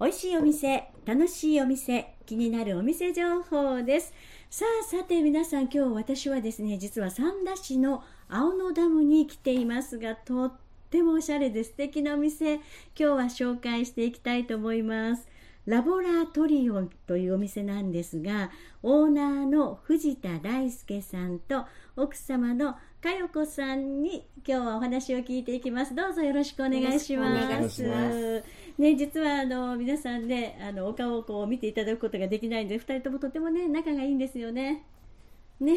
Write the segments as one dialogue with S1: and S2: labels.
S1: 美味しいお店、楽しいお店、気になるお店情報です。さあ、さて皆さん、今日私はですね、実は三田市の青野ダムに来ていますが、とってもおしゃれで素敵なお店、今日は紹介していきたいと思います。ラボラトリオンというお店なんですが、オーナーの藤田大輔さんと奥様の佳代子さんに今日はお話を聞いていきます。どうぞよろしくお願いします。
S2: よろしくお願いしま
S1: ね、実はあの皆さんね、あのお顔をこう見ていただくことができないので、二人ともとてもね仲がいいんですよね。ね。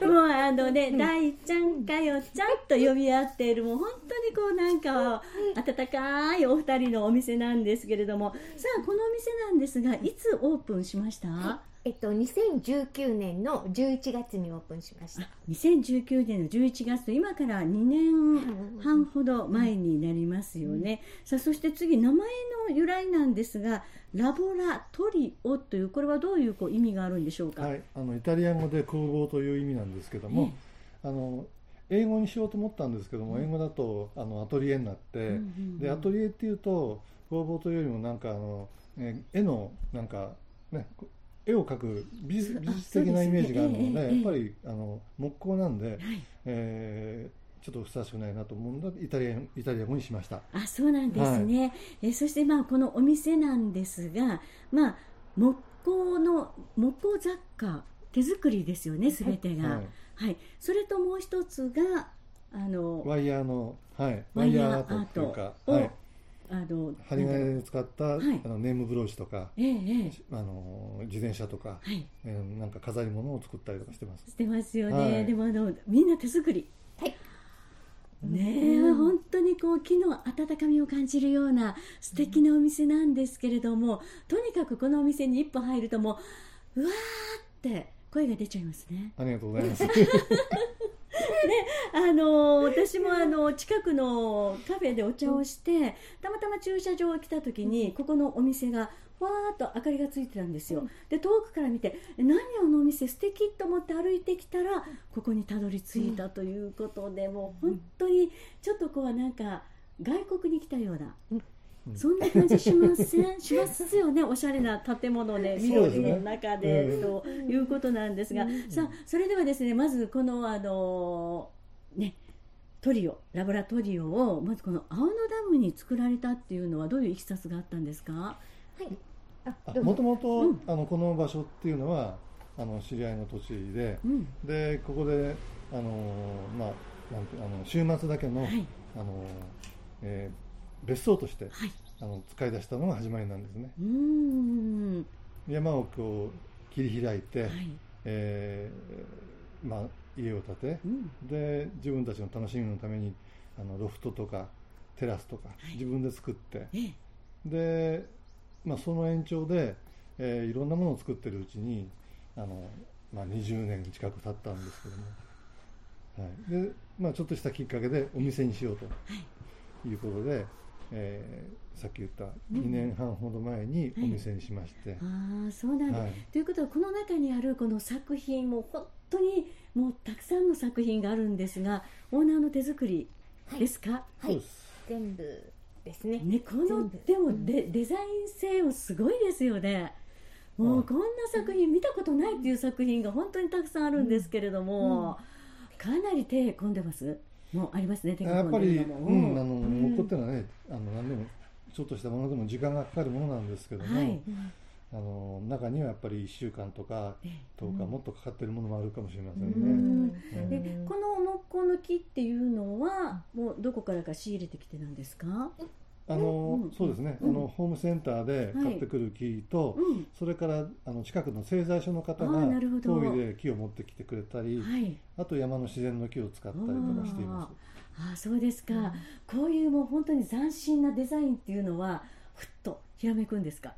S1: もうあのね、大ちゃんかよちゃんと呼び合っている、もう本当にこうなんか温かいお二人のお店なんですけれども、さあこのお店なんですが、いつオープンしました？
S2: えっと、2019年の11月にオープンしました。
S1: 2019年の11月と今から2年半ほど前になりますよね、さあそして次名前の由来なんですがラボラトリオというこれはどういうこう意味があるんでしょうか、
S3: はい、あのイタリア語で工房という意味なんですけども、あの英語にしようと思ったんですけども、英語だとあのアトリエになって、
S1: うんうん
S3: でアトリエっていうと工房というよりもなんかあの、え絵のなんかねこ絵を描く美術美術的なイメージがあるので
S1: そうですねええええ
S3: やっぱりあの木工なんで、
S1: はい
S3: えーちょっとふさわしくないなと思うのでイタリアンイタリア語にしました。
S1: あそうなんですね、えそしてまあこのお店なんですが、まあ、木工の木工雑貨手作りですよねすべてが、はい
S3: はい
S1: それともう一つがあの
S3: ワイヤーの、はい、
S1: ワ
S3: ワ
S1: イ
S3: イ
S1: ヤ
S3: ヤ
S1: ー
S3: ーアートっていうか、
S1: アートを
S3: はい、
S1: あの
S3: 針金で使った、
S1: はい
S3: あのネームブローチとか、
S1: ええええ
S3: あの自転車とか、
S1: はい
S3: えーなんか飾り物を作ったりとかしてます。
S1: してますよね、
S3: はい
S1: でもあのみんな手作り
S2: はい
S1: ねえ、本当にこう木の温かみを感じるような素敵なお店なんですけれども、とにかくこのお店に一歩入るともううわーって声が出ちゃいますね
S3: ありがとうござ います。
S1: あの私もあの近くのカフェでお茶をしてたまたま駐車場を来た時にここのお店がわーっと明かりがついてたんですよで遠くから見てえ何あのお店素敵と思って歩いてきたらここにたどり着いたということで、もう本当にちょっとこうなんか外国に来たような。
S3: うん
S1: そんな感じしませ んしますよねおしゃれな建物で
S3: そうです
S1: 緑
S3: ね
S1: の中で
S3: うん
S1: ということなんですが、さあそれではですねまずこのあのねトリオラボラトリオをまずこの青野ダムに作られたっていうのはどういういきさつがあったんですか
S2: あ、どう
S3: も
S2: も。
S3: ともと
S1: うん
S3: あのこの場所っていうのはあの知り合いの土地で
S1: う、ん
S3: でここであのまあなんてあの週末だけの、
S1: はい
S3: あの、えー別荘として
S1: はい
S3: あの使い出したのが始まりなんですね。
S1: うーん
S3: 山をこう切り開いて、
S1: はい
S3: えーまあ家を建て、
S1: うん
S3: で自分たちの楽しみのためにあのロフトとかテラスとか自分で作って、
S1: ええ
S3: で、まあ、その延長で、えーいろんなものを作ってるうちにあの、まあ、20年近く経ったんですけども、はいでまあ、ちょっとしたきっかけでお店にしようということで、えーさっき言った2年半ほど前にお店にしまして、
S1: ああそうなんだ、
S3: はい
S1: ということはこの中にあるこの作品も本当にもうたくさんの作品があるんですがオーナーの手作りですか、
S2: は
S3: そう
S2: い
S3: で、す
S2: 全部ですね。
S1: ね、この
S2: 全部
S1: で
S2: う
S1: も
S2: ん
S1: デデザイン性もすごいですよね。も
S3: は
S1: う
S3: い
S1: こんな作品見たことないっていう作品が本当にたくさんあるんですけれども、かなり手込んでます。もうありますね手が
S3: やっ
S1: 込
S3: ぱ
S1: んで
S3: り、
S1: るのも。
S3: うん、あの
S1: うん
S3: 木工ってのはねあの何でもちょっとしたものでも時間がかかるものなんですけども、
S1: はい
S3: あの中にはやっぱり1週間とか
S1: え
S3: 10日もっとかかってるものもあるかもしれませんね。
S1: う
S2: うんん
S1: え
S3: う
S1: でこの木工の木っていうのはもうどこからか仕入れてきてなんですか？
S3: あの
S1: うん
S3: そうですね、
S1: うん
S3: あのホームセンターで買ってくる木と、
S1: うん。
S3: それからあの近くの製材所の方
S1: あー
S3: が
S1: なるほど
S3: 当義で木を持ってきてくれたり、
S1: はい。
S3: あと山の自然の木を使ったりとかしています。
S1: ああそうですか、こういうもう本当に斬新なデザインっていうのはふっとひらめくんです か？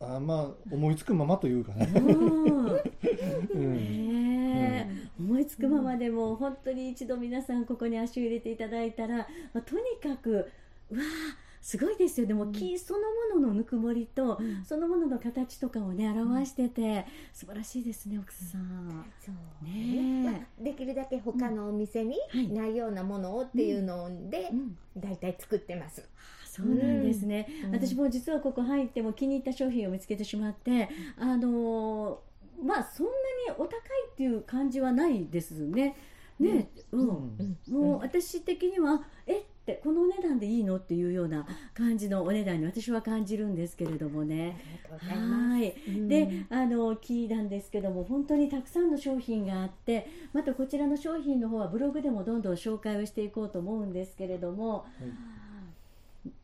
S3: あーまあ思いつくままというか ね。
S1: うん。
S3: うん
S1: ねえ、思いつくままでも本当に一度皆さんここに足を入れていただいたら、まあとにかくうわあすごいですよでも木そのもののぬくもりと
S2: うん
S1: そのものの形とかをね表してて素晴らしいですね奥さん。
S2: そう
S1: ねえ
S2: まあできるだけ他のお店に
S1: はい
S2: ないようなものをっていうので
S1: う、ん、
S2: 大体作ってます。
S1: あそうなんですね、私も実はここ入っても気に入った商品を見つけてしまって、あのーまあそんなにお高いっていう感じはないですね。ね、うん、
S2: うん
S1: もう私的にはえってこのお値段でいいのっていうような感じのお値段に私は感じるんですけれども
S2: あ
S1: ね。
S2: りがとうございます。
S1: はい。で、あのキーなんですけども本当にたくさんの商品があってまたこちらの商品の方はブログでもどんどん紹介をしていこうと思うんですけれども、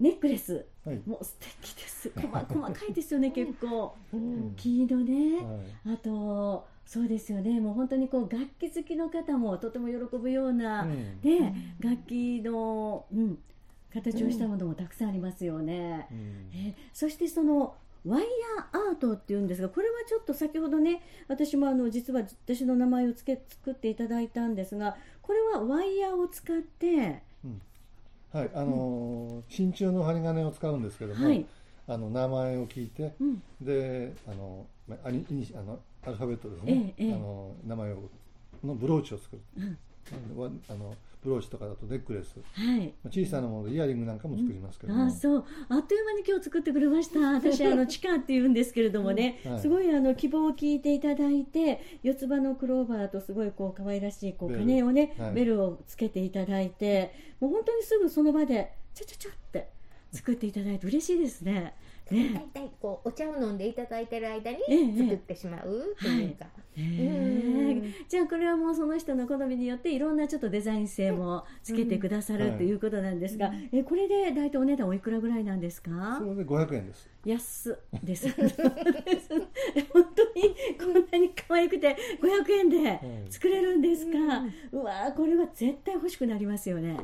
S1: ネックレス
S3: はい。
S1: もう素敵です細細かいですよね結構
S2: うん
S1: 黄色ね、
S3: はい
S1: あとそうですよねもう本当にこう楽器好きの方もとても喜ぶような、
S3: うん
S1: ね楽器の、うん、形をしたものもたくさんありますよね。
S3: うん
S1: えーそしてそのワイヤーアートっていうんですがこれはちょっと先ほどね私もあの実は私の名前をつけ作っていただいたんですがこれはワイヤーを使って
S3: はい、あのー真鍮の針金を使うんですけども、
S1: はい、
S3: あの名前を聞いて、
S1: うん、
S3: で、あの、まあ、アニイニシあのアルファベットです
S1: え
S3: ね。
S1: えええ
S3: あの名前をのブローチを作る。わあのブローチとかだとネックレス、
S1: はい。
S3: まあ小さなものでイヤリングなんかも作りますけども、
S1: あそうあっという間に今日作ってくれました私あのチカって言うんですけれどもね、
S3: うんはい
S1: すごいあの希望を聞いていただいて四つ葉のクローバーとすごいこう可愛らしいこう
S3: ベル
S1: 鐘をね、
S3: はい
S1: ベルをつけていただいてもう本当にすぐその場でちゃちゃちゃって作っていただいて嬉しいですね。
S2: 大
S1: ね
S2: 体こうお茶を飲んでいただいてる間に
S1: ええ
S2: 作ってしまうというか、
S1: え
S2: うん
S1: じゃあこれはもうその人の好みによっていろんなちょっとデザイン性もつけてくださ
S3: うん
S1: る
S3: はい
S1: ということなんですが、えこれで大体お値段おいくらぐらいなんですか
S3: それで500円です。
S1: 安です。本当にこんなに可愛くて500円で作れるんですか。うわーこれは絶対欲しくなりますよね。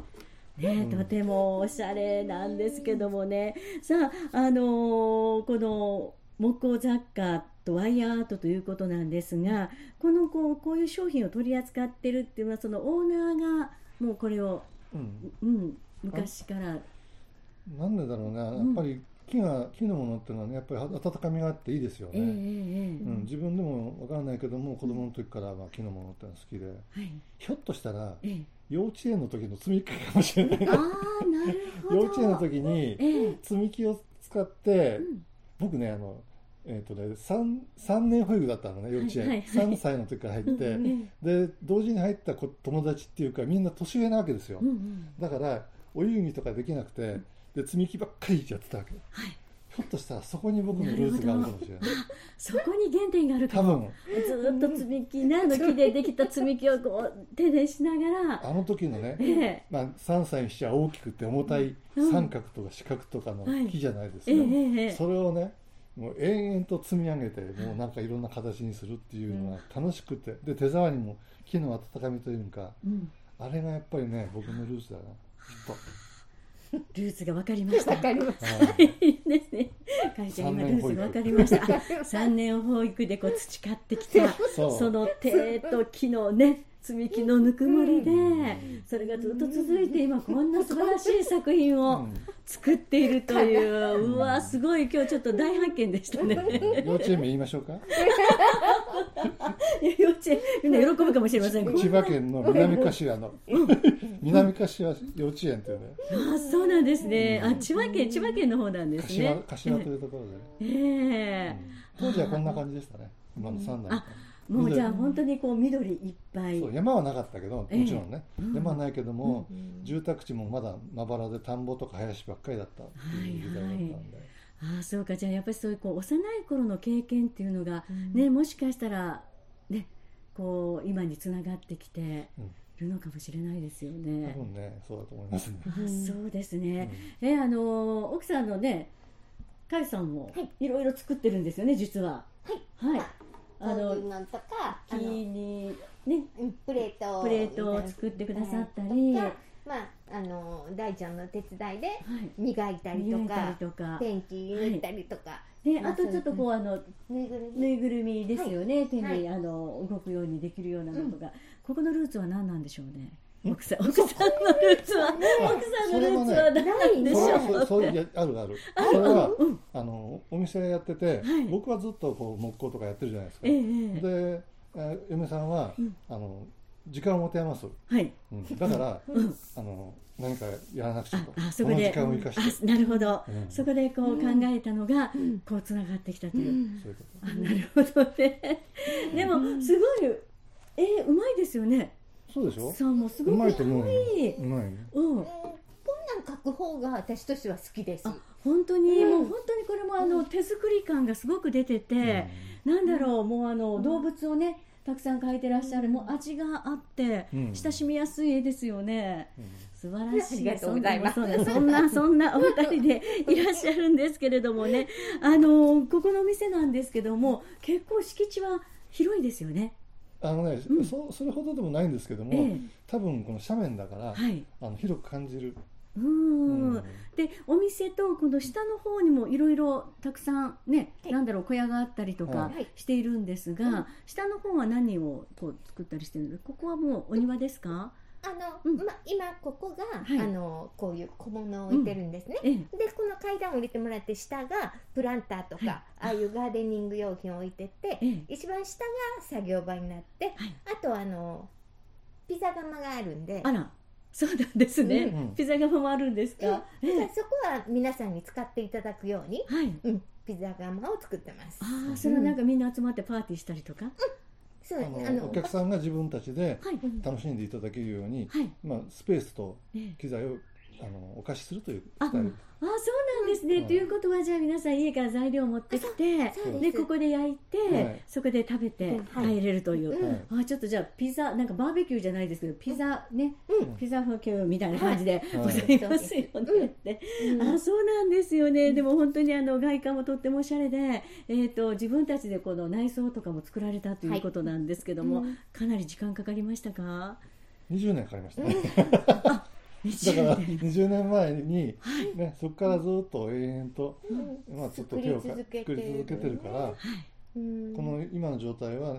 S1: ね、
S3: うん
S1: とてもおしゃれなんですけどもね。さあ、あのーこの木工雑貨とワイヤーアートということなんですが、このこうこういう商品を取り扱ってるっていうのはそのオーナーがもうこれを、
S3: うん、
S1: うん、昔から、
S3: なんでだろうね、やっぱり木が木のものっていうのはね、やっぱり温かみがあっていいですよ
S1: えええええ
S3: ね。
S1: え
S3: うん、自分でもわからないけども子供の時からまあ木のものってのは好きで
S1: はい、
S3: ひょっとしたら
S1: ええ
S3: 幼稚園の時の積み木かもしれない
S1: ああなるほど
S3: 幼稚園の時に
S1: ええ
S3: 積み木を使って、
S1: うん
S3: 僕ねあのえっ、とね 3, 三年保育だったのね幼稚園、
S1: はいはい
S3: 3歳の時から入って
S1: うんうん
S3: で同時に入った子友達っていうかみんな年上なわけですよ、
S1: うんうん
S3: だからお遊戯とかできなくてで積み木ばっかりやってたわけひ
S1: はい
S3: ょっとしたらそこに僕のルーツがあるかもしれない
S1: そこに原点があるか
S3: 多
S1: も
S3: 分
S1: ずーっと積み木なあの木でできた積み木をこう手でしながら
S3: あの時のね、
S1: ええ
S3: まあ、3歳にしては大きくて重たい
S1: うん
S3: 三角とか四角とかの
S1: はい
S3: 木じゃないですか、
S1: ええええ
S3: それをねもう延々と積み上げてもうなんかいろんな形にするっていうのが楽しくてで手触りも木の温かみというか
S1: うん
S3: あれがやっぱりね僕のルーツだなきっ
S1: ルーツが分かりま した
S2: わかります。
S3: と、はい
S1: いいですねかりちゃん今ルーツが分かりましたあ三年保育でこう培ってきた
S3: そう
S1: その手と木のね積み木のぬくもりで
S3: うん
S1: それがずっと続いて今こんな素晴らしい作品
S3: う
S1: を
S3: ん
S1: 作っているという、うわすごい今日ちょっと大発見でしたね
S3: 幼稚園名言いましょうか
S1: いや幼稚園みんな喜ぶかもしれませんこんな
S3: 千葉県の南柏の南柏幼稚園というね
S1: あそうなんですねあ千葉県千葉県の方なんです
S3: 柏
S1: ね
S3: 柏というところでね、
S1: え
S3: う
S1: え
S3: ん当時はこんな感じでしたね今の三代
S1: あもうじゃあ本当にこう緑いっぱい
S3: そう山はなかったけどもちろんね、
S1: ええうん
S3: 山はないけども、
S2: うん
S3: 住宅地もまだまばらで田んぼとか林ばっかりだったっていう時代だったんで、
S1: ああそうかじゃあやっぱりそういうこう幼い頃の経験っていうのが、
S2: うん
S1: ねもしかしたらねこう今につながってきて
S3: うん
S1: いるのかもしれないですよね
S3: 多。分ねそうだと思いますね、
S1: あそうですね、
S3: う
S1: えあの奥さんのねかゆさんも
S2: はい
S1: いろいろ作ってるんですよね実ははい、あ
S2: こういう
S1: の
S2: のとか、
S1: 木
S2: あの
S1: にね
S2: うんプレート
S1: プレートを作ってくださったり、
S2: と
S1: は
S2: かまああの大ちゃんの手伝いで
S1: い、
S2: 磨いたりと
S1: 磨いた
S2: か
S1: りとか、
S2: ペンキ塗ったりとか、
S1: であとちょっとこうあの
S2: ぬいぐるみ
S1: ぬいぐるみですよね、手に、
S2: はい
S1: あの動くようにできるようなのとか、ここのルーツは何なんでしょうね
S3: ん
S1: 奥さん奥さんのルーツは
S3: あ
S1: 奥さんのルーツは何なんでし
S3: それ
S1: ょ
S3: はそううそういういやあるあるそれは、
S1: うん
S3: あのお店やってて、
S1: はい
S3: 僕はずっとこう木工とかやってるじゃないですか、
S1: ええええ
S3: でえー嫁さんは、
S1: うん
S3: あの時間を持て余す、
S1: はい。
S3: うん、だから
S1: うん。
S3: あの何かやらなくちゃ
S1: あ
S3: と、
S1: あ、
S3: そ
S1: そこ
S3: の時
S1: で。
S3: 間を生かして、
S1: あ、なるほど。
S3: うん
S1: そこでこう考
S2: うん
S1: えたのが、
S2: うん
S1: こうつながってきたと
S2: う
S1: いう。
S2: ん
S3: そういうこと
S1: あ、なるほどね。で
S2: う
S1: も、
S2: ん
S1: すごい。えー、うまいですよね。
S3: そうでしょ
S1: そう、もうす
S3: う
S1: ご
S3: ま
S1: く
S3: いと思うよ。
S1: いいう
S3: まいよ
S1: うん。
S2: こんなん書く方が私としては好きです
S1: あ本当に、
S2: うん
S1: もう本当にこれもあの手作り感がすごく出てて、なんだろう、もうあの
S2: うん
S1: 動物をねたくさん描いてらっしゃる、
S2: うん
S1: もう味があって
S3: うん
S1: 親しみやすい絵ですよね。
S3: うん
S1: 素晴らしい。
S2: ありがとうございます
S1: そんなそんなそんなお二人でいらっしゃるんですけれどもね、あのここのお店なんですけども結構敷地は広いですよね。
S3: あのね、
S1: うん
S3: そそれほどでもないんですけども、
S1: ええ、
S3: 多分この斜面だから、
S1: はい。
S3: あの広く感じる、
S1: う
S3: うん
S1: ん。でお店とこの下の方にもいろいろたくさんね、
S2: はい
S1: なんだろう小屋があったりとか
S2: はい
S1: しているんですが、
S2: うん
S1: 下の方は何をこう作ったりしてるのここはもうお庭ですか、
S2: あの、
S1: うん
S2: ま、今ここが、
S1: はい
S2: あのこういう小物を置いてるんですね、
S1: ええ
S2: でこの階段を入れてもらって下がプランターとか、
S1: はい
S2: ああいうガーデニング用品を置いてて、
S1: ええ
S2: 一番下が作業場になって、あとあのピザ窯があるんで
S1: あらそうなんですね、
S2: うん
S3: うん
S1: ピザ窯もあるんですか、
S2: う
S1: ええ
S2: んだからそこは皆さんに使っていただくように、
S1: はい
S2: うん、ピザ窯を作ってます
S1: ああそれはなんかみんな集まってパーティーしたりとか、
S2: そう
S3: あ
S2: あ
S3: の
S2: の
S3: お客さんが自分たちで
S1: はい
S2: うん
S3: 楽しんでいただけるように、
S1: はい、
S3: まあ、スペースと
S1: ええ
S3: 機材をあのお貸しするという
S1: あ
S3: スタイル
S1: ああそうなんですね、
S3: うん
S1: ということはじゃあ皆さん家から材料を持ってきて
S2: そう
S1: で
S2: です
S1: ここで焼いて、
S3: はい
S1: そこで食べて
S2: はい
S1: 入れるという、
S2: うん
S3: はい
S1: あちょっとじゃあピザなんかバーベキューじゃないですけどピザね、
S2: うん
S1: ピザ風景みたいな感じでご
S3: はい
S1: ざいますよね、
S2: うん
S1: あそうなんですよね、
S2: うん
S1: でも本当にあの外観もとってもおしゃれで、えー、と自分たちでこの内装とかも作られたということなんですけども、
S2: うん
S1: かなり時間かかりましたか
S3: 20年かかりましたね、
S1: 20
S3: だから
S1: 年
S3: 20年前に、ね、そこからずっと永遠と、
S2: うん
S3: まあ、ちょっと手をか
S2: 作り続けて
S3: 作
S2: る
S3: り続けてるから、
S2: うん
S3: この今の状態は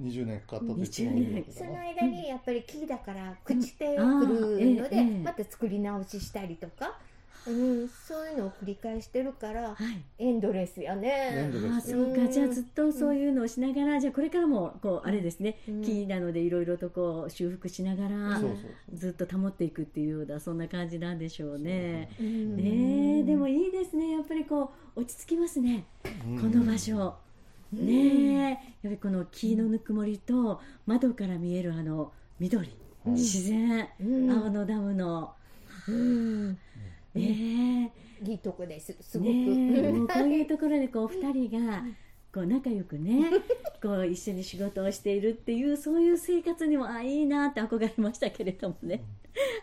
S3: 20年かかったと言ってもいいわけ
S2: そ
S3: だ
S2: の
S3: な
S2: 間にやっぱり木だから朽ちてくる
S1: あ
S2: の
S1: ーええ
S2: で、
S1: ええ
S2: また作り直ししたりとか、うん、そういうのを繰り返してるから
S1: はい
S2: エンドレスや
S3: エン
S2: ね
S3: ド。
S1: あ
S3: レ
S1: あ
S3: ス
S1: そ
S3: で
S1: う
S2: う
S1: か
S2: ん
S1: じゃあずっとそういうのをしながら、じゃあこれからもこうあれですね、
S2: うん
S1: 木なのでいろいろとこう修復しながら
S3: そうそうそう
S1: ずっと保っていくっていうようなそんな感じなんでしょうね。
S2: うん
S1: ねえでもいいですねやっぱりこう落ち着きますね
S3: うん
S1: この場所。ねえやっぱりこの木のぬくもりと窓から見えるあの緑
S3: うん
S1: 自然
S2: うん
S1: 青のダムの
S2: うん
S1: ねえ
S2: いいとこです。すごく。
S1: ねえもうこういうところでこう
S2: ん
S1: 2人がこう仲良く ねこう一緒に仕事をしているっていうそういう生活にもあいいなって憧れましたけれどもね。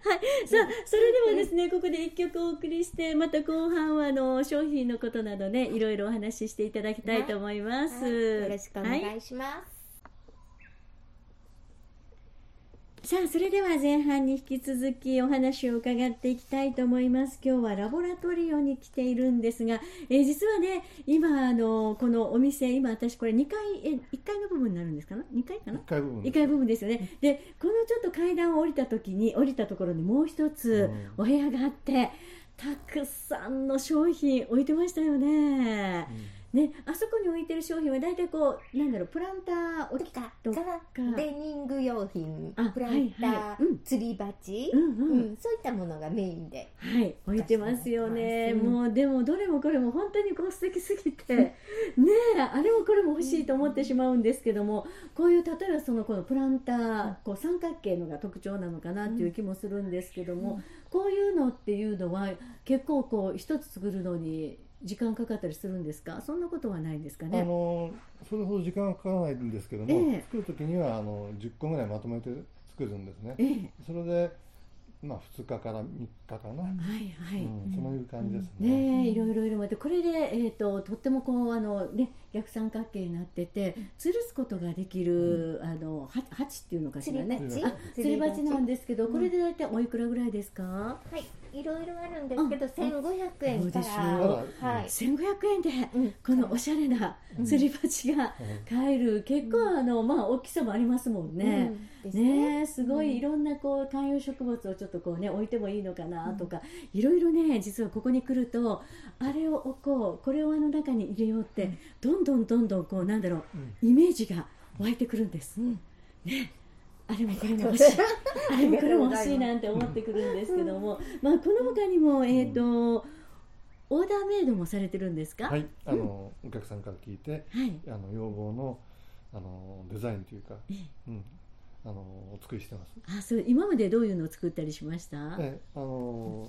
S1: はい、さあそれではですねここで1曲お送りしてまた後半はあの商品のことなどねいろいろお話ししていただきたいと思います。
S2: はいよろしくお
S1: はい
S2: 願いします。
S1: さあそれでは前半に引き続きお話を伺っていきたいと思います今日はラボラトリオに来ているんですが、えー実はね今あのこのお店今私これ2階え1階の部分になるんですかな2階かな
S3: 1階部分
S1: 2階部分ですよねでこのちょっと階段を降りた時に降りたところにもう一つお部屋があってたくさんの商品置いてましたよねねあそこに置いてる商品は大体こうなんだろうプランター置き
S2: とか
S1: とか
S2: ガーデニング用品、
S1: あ
S2: プランター、
S1: はいはいうん
S2: 釣り鉢、
S1: うんう、
S2: うんん、そういったものがメインで。
S1: はい、置いてますよね。
S2: うん
S1: もうでもどれもこれも本当にこう素敵すぎ て、ねえ、あれもこれも欲しいと思ってしまうんですけども、こういう例えばそのこのプランター、こう三角形のが特徴なのかなっていう気もするんですけども、こういうのっていうのは結構こう一つ作るのに時間かかったりするんですか？そんなことはないんですか
S3: あ
S1: ね。
S3: のそれほど時間はかからないんですけども、
S1: ええ
S3: 作る時にはあの10個ぐらいまとめて作るんですね
S1: ええ、
S3: それで、まあ、2日から3日かな、
S1: はいはい。
S3: うん、そういう感じです
S1: ね
S3: ね。
S1: え、
S2: うん
S1: いろいろいろまでこれで、えー、ととってもこうあの、ね、逆三角形になってて吊るすことができる、あのは鉢っていうのかし
S2: 釣
S1: ら
S2: り
S1: ね
S2: 鉢
S1: あ、吊り鉢なんですけど、
S2: うん
S1: これで大体おいくらぐらいですか、
S2: はい、いろいろあるんですけど、
S1: う
S2: 1500円
S1: そ
S2: から。
S1: う
S3: でしょう
S2: はい。
S1: 1500円で
S2: うん
S1: このおしゃれな
S3: うん
S1: 吊り鉢が
S3: うん
S1: 買える結構あの、まあ、大きさもありますもんね。
S2: うんですね。
S1: ねえすご
S2: うん
S1: いいろんなこう観葉植物をちょっとこうね置いてもいいのかなとか、いろいろね実はここに来るとあれを置こうこれをあの中に入れようって、どんどんどんどんこうなんだろうイメージが湧いてくるんです、ねあれもこれも欲しい あれもこれも欲しいなんて思ってくるんですけども、まあ、この他にも、えーとオーダーメイドもされてるんですか、
S3: はいあの、お客さんから聞いて
S1: はい
S3: あの要望のあのデザインというか、
S1: ええ
S3: うん、あのお作りしてます
S1: あそう今までどういうのを作ったりしました
S3: えあの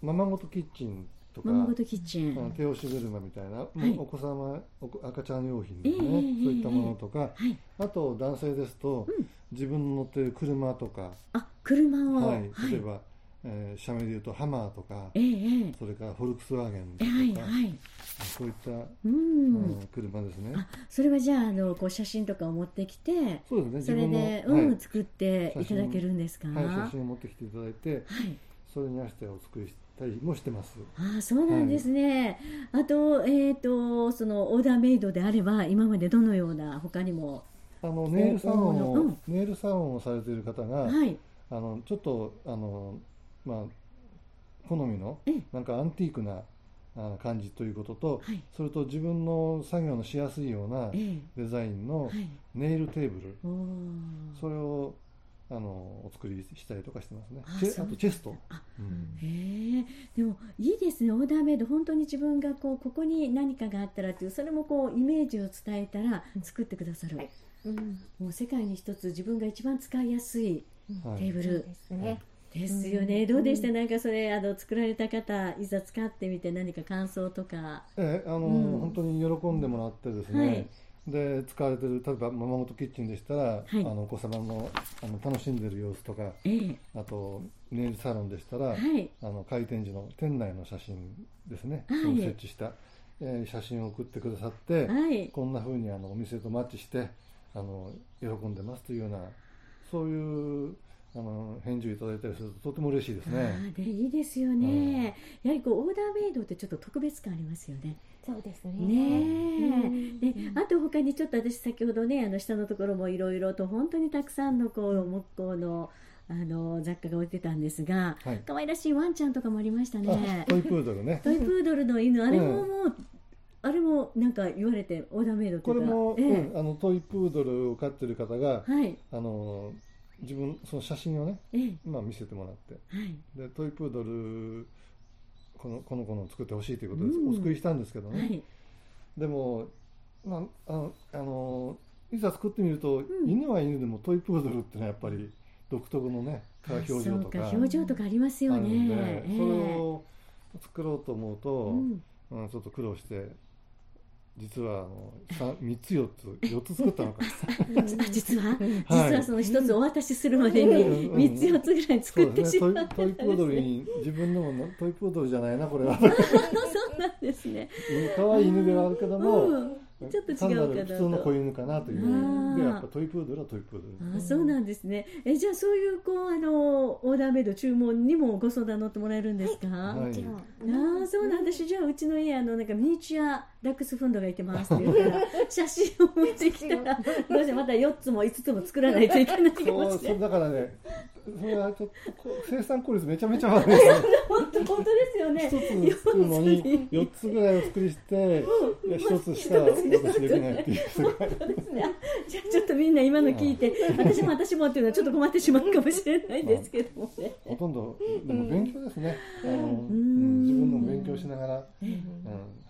S3: ママごとキッチンとか
S1: ままごとキッチン、
S3: あの手押し車みたいな、もう
S1: はい
S3: お子様お子赤ちゃん用品
S1: え
S3: で
S1: え
S3: すね、
S1: ええ
S3: そういったものとか、
S1: はい
S3: あと男性ですと、
S1: うん
S3: 自分の乗ってる車とか、
S1: あ車を、
S3: はい、例えば、えー社名で言うとハマーとか
S1: ええええ
S3: それからフォルクスワーゲン
S1: えはい
S3: とか、
S1: はい
S3: そういった、
S1: う、
S3: うんん、車ですね
S1: あそれはじゃああのこう写真とかを持ってきて
S3: そうですね
S1: そ
S3: 自
S1: れ
S3: 分の、
S1: で、
S3: は
S1: う
S3: い
S1: ん作っていただけるんですか、
S3: はい、写真を持ってきていただいて
S1: はい
S3: それに合わせてお作りしたりもしてます
S1: ああそうなんですね、あと,、えー、とそのオーダーメイドであれば今までどのような他にも、
S3: あのネイルサロンを、
S1: うん
S3: ネイルサロンをされている方が、
S1: はい
S3: あのちょっとあの、まあ、好みの
S1: ええ
S3: なんかアンティークなあ感じということと
S1: はい
S3: それと自分の作業のしやすいような
S1: ええ
S3: デザインの
S1: はい
S3: ネイルテーブル
S1: おー
S3: それをあのお作りしたりとかしてますね
S1: あ
S3: チェ
S1: そう
S3: あとチェスト
S1: あ
S3: うん
S1: へえでもいいですねオーダーメイド本当に自分がこうここに何かがあったらっていうそれもこうイメージを伝えたら作ってくださる、
S2: はいうん
S1: もう世界に一つ自分が一番使いやすい
S3: は
S1: テ
S3: い
S1: ーブ
S2: そう
S1: ル
S2: ですね。
S1: ですよね、
S2: うん
S1: どうでした、
S2: う
S1: なんかそれあの作られた方いざ使ってみて何か感想とか
S3: ええあの
S1: うん
S3: 本当に喜んでもらってです
S1: は
S3: ね
S1: い、
S3: で使われてる例えばママごとキッチンでしたら、あのお子様のあの楽しんでる様子とか
S1: ええ
S3: あとネイルサロンでしたら、
S1: はい
S3: あの開店時の店内の写真ですね、
S1: はい
S3: その設置した、えー写真を送ってくださって、
S1: はい
S3: こんなふうにあのお店とマッチしてあの喜んでますというようなそういうあの返事をいただいたりするととても嬉しいです
S1: ああ
S3: ね。
S1: でいいですよね、やはりこうオーダーメイドってちょっと特別感ありますよね。
S2: そうですね。
S1: ねえ、
S2: うん
S1: であと他にちょっと私先ほどねあの下のところもいろいろと本当にたくさんのこう木工のあの雑貨が置いてたんですが
S3: はい、
S1: 可愛らしいワンちゃんとかもありましたね
S3: あ。トイプードルね
S1: トイプードルの犬あれも
S3: うん
S1: もう、あれもなんか言われてオーダーメイドって
S3: こ
S1: い
S3: れ
S1: うか
S3: も、
S1: ええ
S3: うんあのトイプードルを飼ってる方が、
S1: はい
S3: あの自分その写真をね、
S1: ええ
S3: まあ、見せてもらって
S1: はい
S3: でトイプードルこのこの子のを作ってほしいということで、
S1: うん
S3: お作りしたんですけどね、
S1: はい
S3: でも、まあ、あのあのいざ作ってみると、
S1: ん
S3: 犬は犬でもトイプードルってのはやっぱり独特のね顔表情とか
S1: あ
S3: あ
S1: そう表情とかありますよ
S3: るんで、
S1: ね。
S3: それ
S1: ええ
S3: を作ろうと思うと、
S1: うん
S3: うんちょっと苦労して実はあの 3, つ4つ4つ作ったのか
S2: うん
S1: あ 実は、
S2: うん
S3: はい
S1: 実はその一つお渡しするまでに
S3: うんうん
S1: 3つ4つぐらい作ってしま
S3: そ
S1: っ
S3: うです
S1: た
S3: ねトイトイ
S1: ん
S3: プードル
S1: ですね。
S3: に自分でもなトイプードルじゃないなこれ は
S1: そうなんですね。
S3: 可愛い犬ではあるけども、
S1: うん、ちょっと違うか
S3: 単な
S1: な
S3: る
S1: と。
S3: 普通の子犬かなという
S1: うん
S3: でやっぱトイプードルはトイプードル
S1: ああそうなんですね。えじゃあそういうこうあのオーダーメイド注文にもご相談乗ってもらえるんですか。
S3: はい
S2: もちろん。
S1: ああそうなんだ私じゃあうちの家あのなんかミニチュアダックスフンドがいてますって言う から写真を持ってきたらどうしてまた4つも5つも作らないといけないか
S3: そ
S1: も
S3: う
S1: し
S3: そ
S1: れ
S3: う
S1: ない
S3: だからね、それはちょっとこう生産効率めちゃめちゃ悪いですよ。
S1: 本当本当ですよね
S3: 一つ作るのに四つぐらいお作りして、いや一つしか私できないっていう世界。
S1: ですね。じゃあちょっとみんな今の聞いて、私も私もっていうのはちょっと困ってしまうかもしれないですけどもね。
S3: ほとんどでも勉強ですね。あのう
S1: ん
S3: ん自分でも勉強しながら、
S2: う
S3: うんん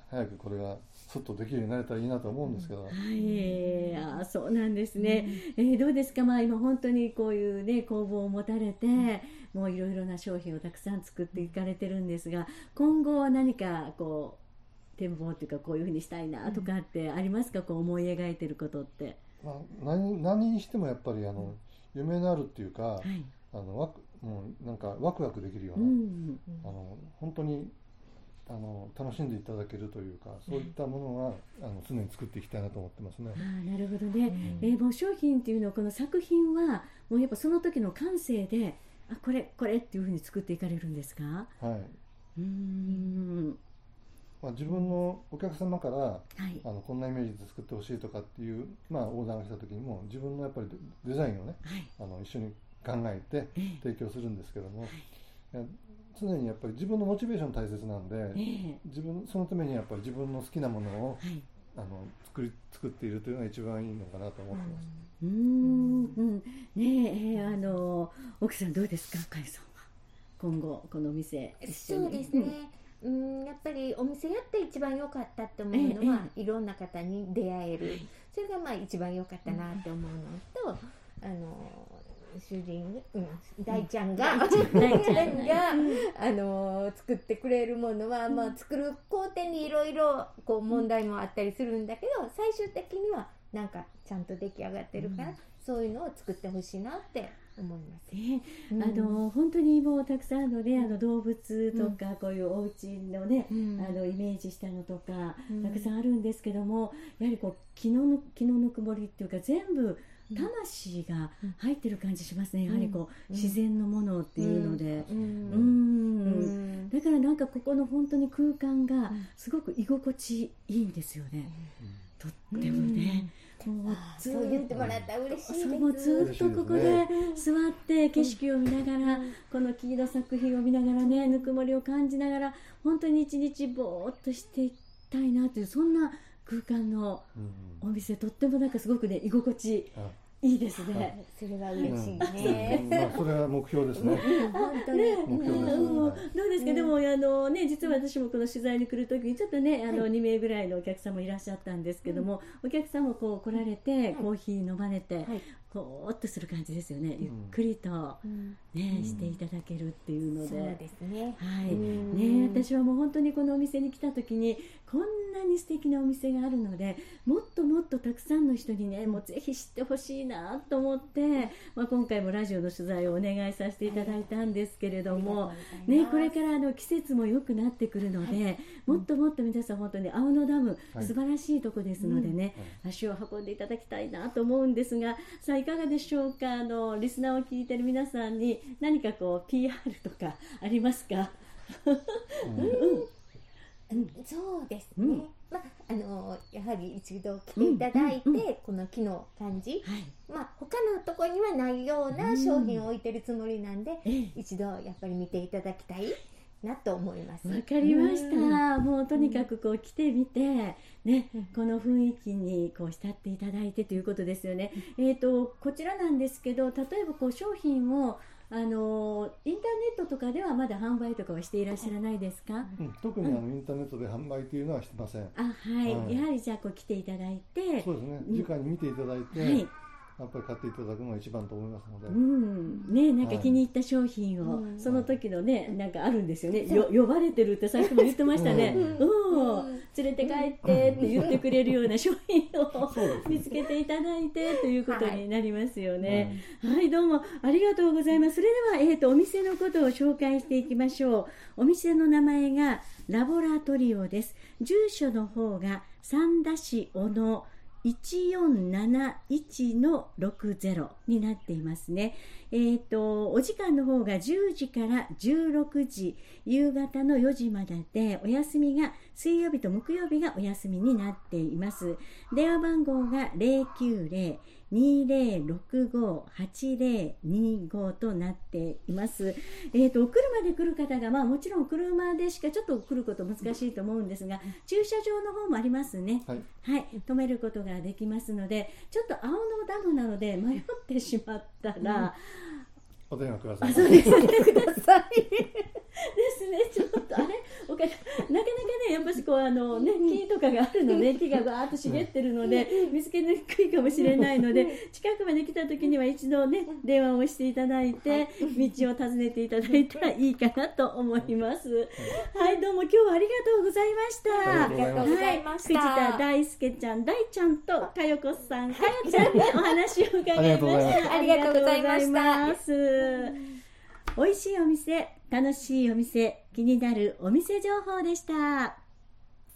S3: 早くこれがちょっとできるようになれたらいいなと思うんですけど。
S1: はい、あーそうなんですね、えーどうですか、まあ、今、本当にこういう、ね、工房を持たれて、もういろいろな商品をたくさん作っていかれてるんですが、今後は何かこう展望というか、こういうふうにしたいなとかってありますか、こう思い描いてることって。
S3: まあ何何にしてもやっぱりあの夢のあるっていうか
S1: は、い
S3: あのワクもうなんかワクワクできるよう
S1: う
S3: な。
S1: ん
S3: あの本当にあの楽しんでいただけるというかそういったものは、あの常に作っていきたいなと思ってますね
S1: あ。ーなるほどね、
S3: う
S1: えーもう商品っていうのはこの作品はもうやっぱその時の感性であこれこれっていうふうに作っていかれるんですか
S3: はい
S1: うーん
S3: まあ、自分のお客様から
S1: はい
S3: あのこんなイメージで作ってほしいとかっていう、まあ、オーダーが来た時にも自分のやっぱりデデザインをね
S1: はい
S3: あの一緒に考えて
S1: ええ
S3: 提供するんですけども、いや常にやっぱり自分のモチベーション大切なんで
S1: ええ
S3: 自分そのためにやっぱり自分の好きなものを
S1: はい
S3: あの作り作っているというのが一番いいのかなと思ってます。
S1: うーん、うん、ねえ、えーあの奥さんどうですか、かいさんは。今後このお店一緒に
S2: そうですね、うんやっぱりお店やって一番良かったって思うのは、いろんな方に出会える、それがまあ一番良かったなって思うのと、あの主人、うん、 大ちゃんが、
S1: 大ちゃん
S2: が、あの作ってくれるものは、まあ、作る工程にいろいろこう問題もあったりするんだけど最終的にはなんかちゃんと出来上がってるから、
S1: うん
S2: そういうのを作ってほしいなって思います。
S1: うんね
S2: うん
S1: あ、の本当にもうたくさんのねあの動物とか、こういうお家のね、
S2: うん
S1: あのイメージしたのとか、
S2: うん
S1: たくさんあるんですけどもやはりこう昨日の昨日の曇りっていうか全部
S2: うん
S1: 魂が入ってる感じしますね、
S2: うん
S1: やはりこう、
S2: うん
S1: 自然のものっていうので、う
S2: う
S1: んん
S2: うんうん
S1: だからなんかここの本当に空間が
S2: うん
S1: すごく居心地いいんですよね、とってもね、もう
S2: あー
S1: ず
S2: そう言
S1: ー
S2: っ
S1: ってと
S2: もらったら嬉しいです。
S1: そうずーっとここで座って景色を見ながら、この黄色作品を見ながらねぬくもりを感じながら本当に一日ぼーっとしていきたいなというそんな空間の
S3: うん
S1: お店とってもなんかすごくね居心地いいです
S3: は
S1: ね。
S2: それは
S3: うん
S2: 嬉しい
S3: うん
S2: ね。
S3: まあそれは目標ですね。
S2: うん本当に。
S1: ね
S3: 目標ですね
S1: うん
S3: はい
S1: どうですか、
S2: うん
S1: でもあの、ね、実は私もこの取材に来るときにちょっとねあの、
S2: は
S1: 2名ぐらいのお客様いらっしゃったんですけども、お客さんもこう来られて、
S2: い
S1: コーヒー飲まれて、
S2: はい
S1: こうっとする感じですよねゆっくりと、
S2: うん
S1: ね
S3: うん
S1: していただけるっていう
S2: そう
S1: ので。
S2: ですね。
S1: はい、
S2: うん
S1: ね、私はもう本当にこのお店に来た時にこんなに素敵なお店があるのでもっともっとたくさんの人にねもうぜひ知ってほしいなと思って、まあ、今回もラジオの取材をお願いさせていただいたんですけれども、ね、これかららあの季節も良くなってくるので、もっともっと皆さん本当に青野ダム、
S3: はい
S1: 素晴らしいとこですのでね、足を運んでいただきたいなと思うんですがさあいかがでしょうかあのリスナーを聞いてる皆さんに何かこう PR とかありますか
S3: うん
S2: そうです
S1: う
S2: ね
S1: ん。
S2: まああのやはり一度来ていただい
S1: うんうん
S2: てこの木の感じ、
S1: はい
S2: まあ他のとこにはないような商品を置いてるつもりなんで、
S1: ええ
S2: 一度やっぱり見ていただきたいなと思います。
S1: わかりまし
S2: うん。
S1: た、もうとにかくこう来てみて、ね
S2: うん、
S1: この雰囲気にこう浸っていただいてということですよね、えー、とこちらなんですけど例えばこう商品をあのインターネットとかではまだ販売とかはしていらっしゃらないですか、
S3: うん特にあのインターネットで販売というのはしてません。
S1: あはい、
S3: はい
S1: やはりじゃあこう来ていただいて
S3: そうですね。
S1: うん
S3: 直に見ていただいて、
S1: はい
S3: やっぱり買っていただくのが一番と思いますので。
S1: うんね、なんか
S3: はい
S1: 気に入った商品を、
S2: うん
S1: その時のねなんかあるんですよねよ呼ばれてるってさっきも言ってましたね、
S2: う
S1: うん
S2: うん
S1: 連れて帰ってって言ってくれるような商品を
S3: そうですね
S1: 見つけていただいてということになりますよね。はい、どうもありがとうございます。それでは、えー、とお店のことを紹介していきましょう。お店の名前がラボラトリオです。住所の方が三田市小野1471の60になっていますね。えー、とお時間の方が10時から16時夕方の4時まででお休みが水曜日と木曜日がお休みになっています電話番号が090-2065-8025となっていますえっ、とお車で来る方がまあもちろん車でしかちょっと来ること難しいと思うんですが駐車場の方もありますね
S3: はい。
S1: はい、止めることができますのでちょっと青のダムなので迷ってしまったら、
S3: お電話ください。
S1: ですねちょっとあれおかなかなかねやっぱしこうあのね木とかがあるので木がバーッと茂ってるので見つけにくいかもしれないので近くまで来た時には一度ね電話をしていただいて道を訪ねていただいたらいいかなと思いますはいどうも今日はありがとうございました
S3: ありがとうございます
S2: ありがとうご
S1: はい、
S2: ざいました
S1: 藤田大輔ちゃん大ちゃんと佳代子さん佳代ちゃんにお話を伺いました
S3: あり
S2: ありがと
S3: がとうございま
S2: うございました
S1: ありがとうございます美味しいお店楽しいお店気になるお店情報でした